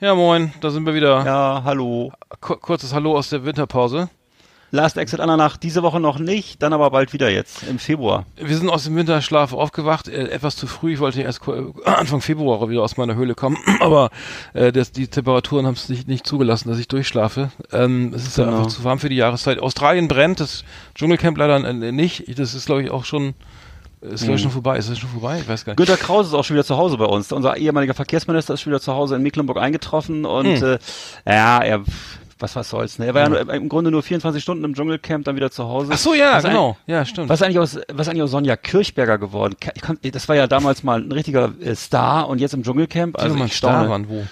Ja, moin, da sind wir wieder. Ja, hallo. Kur kurzes Hallo aus der Winterpause. Last Exit Ananach diese Woche noch nicht, dann aber bald wieder jetzt, im Februar. Wir sind aus dem Winterschlaf aufgewacht, äh, etwas zu früh. Ich wollte erst ku- äh, Anfang Februar wieder aus meiner Höhle kommen, aber äh, das, die Temperaturen haben es nicht, nicht zugelassen, dass ich durchschlafe. Ähm, es ist ja Genau. einfach zu warm für die Jahreszeit. Australien brennt, das Dschungelcamp leider äh, nicht. Das ist, glaube ich, auch schon, ist, Mhm. glaube ich, schon vorbei. Ist das schon vorbei? Ich weiß gar nicht. Günter Krause ist auch schon wieder zu Hause bei uns. Unser ehemaliger Verkehrsminister ist schon wieder zu Hause in Mecklenburg Hm. eingetroffen und äh, ja, er pff, was was soll's, ne? Er war ja nur, im Grunde nur 24 Stunden im Dschungelcamp, dann wieder zu Hause. Ach so, ja, was genau. Ja, stimmt. Also Was ist eigentlich aus, was ist eigentlich aus Sonja Kirchberger geworden? Ke- ich kon- Das war ja damals mal ein richtiger äh, Star und jetzt im Dschungelcamp. Die Also nochmal ich Star staune. waren, wo?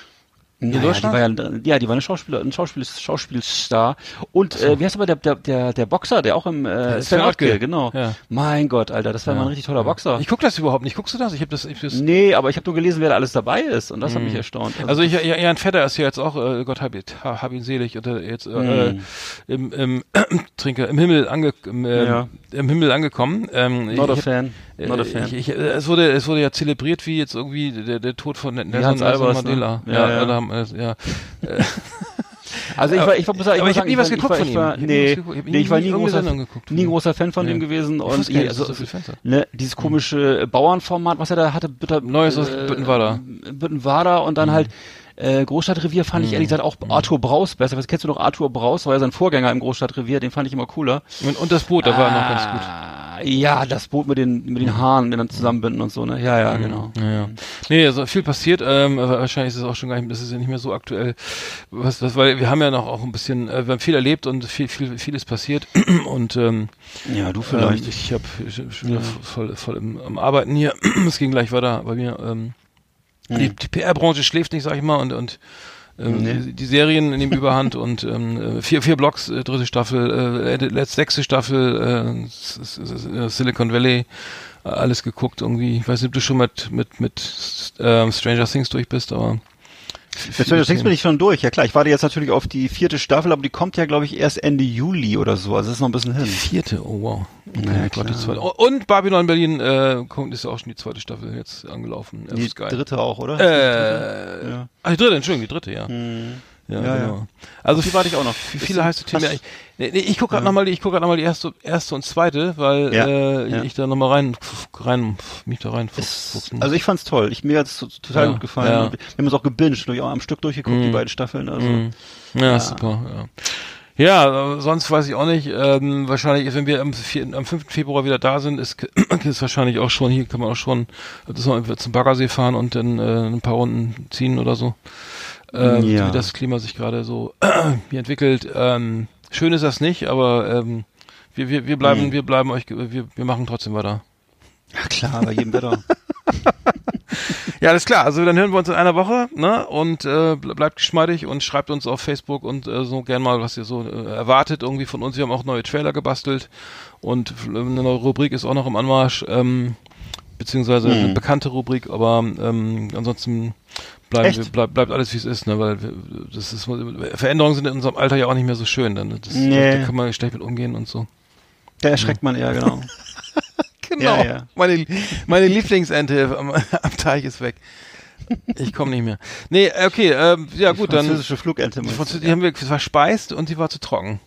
Naja, Deutschland? Die war ja, ja, die war eine Schauspieler, ein Schauspiel, Schauspielstar. Und äh, wie heißt aber der, der, der, der Boxer, der auch im äh, Sven Sven Ottke. Ottke, genau. Ja. Mein Gott, Alter, das war mal ein richtig toller Boxer. Ich gucke das überhaupt nicht. Guckst du das? Ich habe das, ich hab das nee, aber ich habe nur gelesen, wer da alles dabei ist und das hat mich erstaunt. Also ich, ich- Jan Vetter ist ja jetzt auch, äh, Gott hab ihn, ha- hab ihn selig, und, äh, jetzt äh, Hm. im, im Trinker im Himmel ange, im, äh, Ja. im Himmel angekommen. Ähm, not a ich, fan. ich, Not a äh, fan. Ich, ich, äh, es wurde es wurde ja zelebriert wie jetzt irgendwie der, der Tod von Nelson, Hans Nelson Albers, ne? Mandela. Ja, Ja, ja. ja. da haben, äh, ja. also ich war, ich war, muss sagen, aber ich muss hab nie sagen, was ich war- geguckt ich von war, ihm. Ich Ich hab war, nie- nee, nee, ich war nie ein irgendeine großer, Sendung geguckt. nie ein großer Fan von Ja. dem gewesen wusste und gar nicht, dass also, es so viele Fans hat. ne, dieses komische äh, Bauernformat, was er da hatte, Bitter, Neues aus Büttenwader. Mhm. Büttenwader und dann halt äh, Großstadtrevier fand ich ehrlich gesagt auch Arthur Braus besser. Was kennst du noch Arthur Braus? War ja sein Vorgänger im Großstadtrevier, den fand ich immer cooler. Und, und das Boot, da war er noch ganz gut. Mhm. Ah, Ja, das Boot mit den mit den Haaren, den dann zusammenbinden und so, ne? Ja, ja, genau. Ja, ja. Nee, also viel passiert, ähm, aber wahrscheinlich ist es auch schon gar nicht, das ist ja nicht mehr so aktuell, was, was, weil wir haben ja noch auch ein bisschen, äh, wir haben viel erlebt und viel, viel, vieles passiert und ähm, Ja, du ähm, ich habe schon wieder voll, voll im, am Arbeiten hier, es ging gleich weiter bei mir. Ähm, Die, die PR-Branche schläft nicht, sag ich mal, und, und ähm, Nee. die, die Serien nehmen überhand und ähm, äh, vier, vier Blocks, äh, dritte Staffel, äh, äh, letzte, sechste Staffel, äh, S- S- S- Silicon Valley, äh, alles geguckt irgendwie. Ich weiß nicht, ob du schon mit, mit, mit ähm, Stranger Things durch bist, aber. Jetzt Stranger Things bin ich schon durch. Ja klar, ich warte jetzt natürlich auf die vierte Staffel, aber die kommt ja, glaube ich, erst Ende Juli oder so. Also das ist noch ein bisschen hin. Vierte, oh wow. Okay, Na ja, Gott, die klar. zweite. Oh, Und Babylon Berlin äh, kommt, ist ja auch schon die zweite Staffel jetzt angelaufen. Äh, Die Sky. dritte auch, oder? Äh, Ja. Hm. Ach, die dritte, Entschuldigung, die dritte, ja. Mhm. Ja, Ja, genau. ja. Also Die warte ich auch noch. Wie Bisschen- viele heiße Themen? hast- Ich, nee, nee, ich gucke gerade nochmal, ich gucke gerade nochmal die erste, erste und zweite, weil Ja, äh, ja. ich da nochmal rein, rein, mich da rein. Ist, fuchsen muss. also ich fand's toll. Ich mir hat's to- total Ja, gut gefallen. ja. Mhm. Und Wir haben uns auch gebinged, durch, auch am Stück durchgeguckt, die beiden Staffeln. Also Ja, super. Ja. ja, äh, sonst weiß ich auch nicht. Ähm, wahrscheinlich, wenn wir am, vier- am 5. Februar wieder da sind, ist, ist wahrscheinlich auch schon, hier kann man auch schon das ist noch, zum Baggersee fahren und dann äh, ein paar Runden ziehen oder so. Ähm, so Ja. Wie das Klima sich gerade so hier entwickelt. Ähm, schön ist das nicht, aber ähm, wir, wir, wir Mhm. bleiben, wir bleiben euch, ge- wir, wir machen trotzdem weiter. ja, klar, bei jedem Wetter. Ja, alles klar. Also dann hören wir uns in einer Woche, ne? Und äh, ble- bleibt geschmeidig und schreibt uns auf Facebook und äh, so gern mal, was ihr so äh, erwartet irgendwie von uns. Wir haben auch neue Trailer gebastelt und f- eine neue Rubrik ist auch noch im Anmarsch, ähm, beziehungsweise Mhm. eine bekannte Rubrik, aber ähm, ansonsten bleiben Echt? wir, bleib, bleibt alles wie es ist, ne? Weil wir, das ist Veränderungen sind in unserem Alter ja auch nicht mehr so schön, dann das, Nee. da kann man schlecht mit umgehen und so. Da erschreckt man eher, genau. Genau. Ja, ja. Meine, meine Lieblingsente am, am Teich ist weg. Ich komme nicht mehr. Nee, okay, ähm, ja gut, dann. Französische Flugente. Die, meinst Französ du? die haben wir verspeist und sie war zu trocken.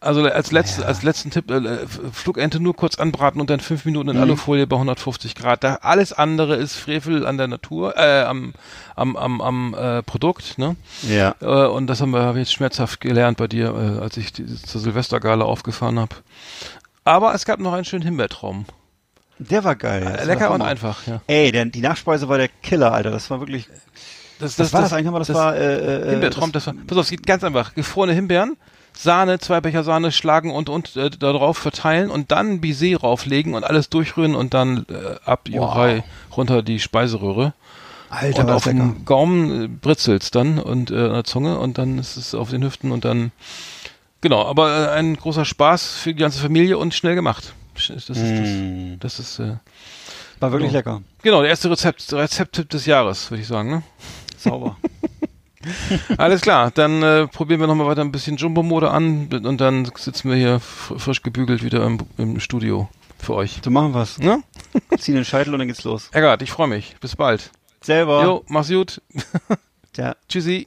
Also als, letzte, als letzten Tipp, äh, F- Flugente nur kurz anbraten und dann fünf Minuten in Mhm. Alufolie bei 150 Grad. Da alles andere ist Frevel an der Natur, äh, am, am, am, am äh, Produkt, ne? Ja. Äh, und das haben wir hab ich jetzt schmerzhaft gelernt bei dir, äh, als ich die, zur Silvestergala aufgefahren habe. Aber es gab noch einen schönen Himbeertraum. Der war geil. Das war der Äh, Lecker und Hammer. einfach, ja. Ey, der, die Nachspeise war der Killer, Alter. Das war wirklich. Das, war das, eigentlich nochmal, das, war äh, äh, Himbeertraum, das, war, pass auf, es geht ganz einfach. Gefrorene Himbeeren, Sahne, zwei Becher Sahne schlagen und, und äh, da drauf verteilen und dann Baiser rauflegen und alles durchrühren und dann äh, ab Jurai runter die Speiseröhre. Alter, Und war auf das lecker. dem Gaumen äh, britzelt's dann und äh, an der Zunge und dann ist es auf den Hüften und dann, genau, aber äh, ein großer Spaß für die ganze Familie und schnell gemacht. Sch- Das ist, Hm. das, das ist äh, Mm. War wirklich Ja. lecker. genau der erste Rezept, Rezepttipp des Jahres, würde ich sagen, ne? Sauber. Alles klar, dann äh, probieren wir nochmal weiter ein bisschen Jumbo-Mode an und dann sitzen wir hier f- frisch gebügelt wieder im, im Studio für euch. so machen wir's. Ne? Zieh den Scheitel und dann geht's los. Eckart, ich freue mich. Bis bald. Selber. Jo, mach's gut. ja. Tschüssi.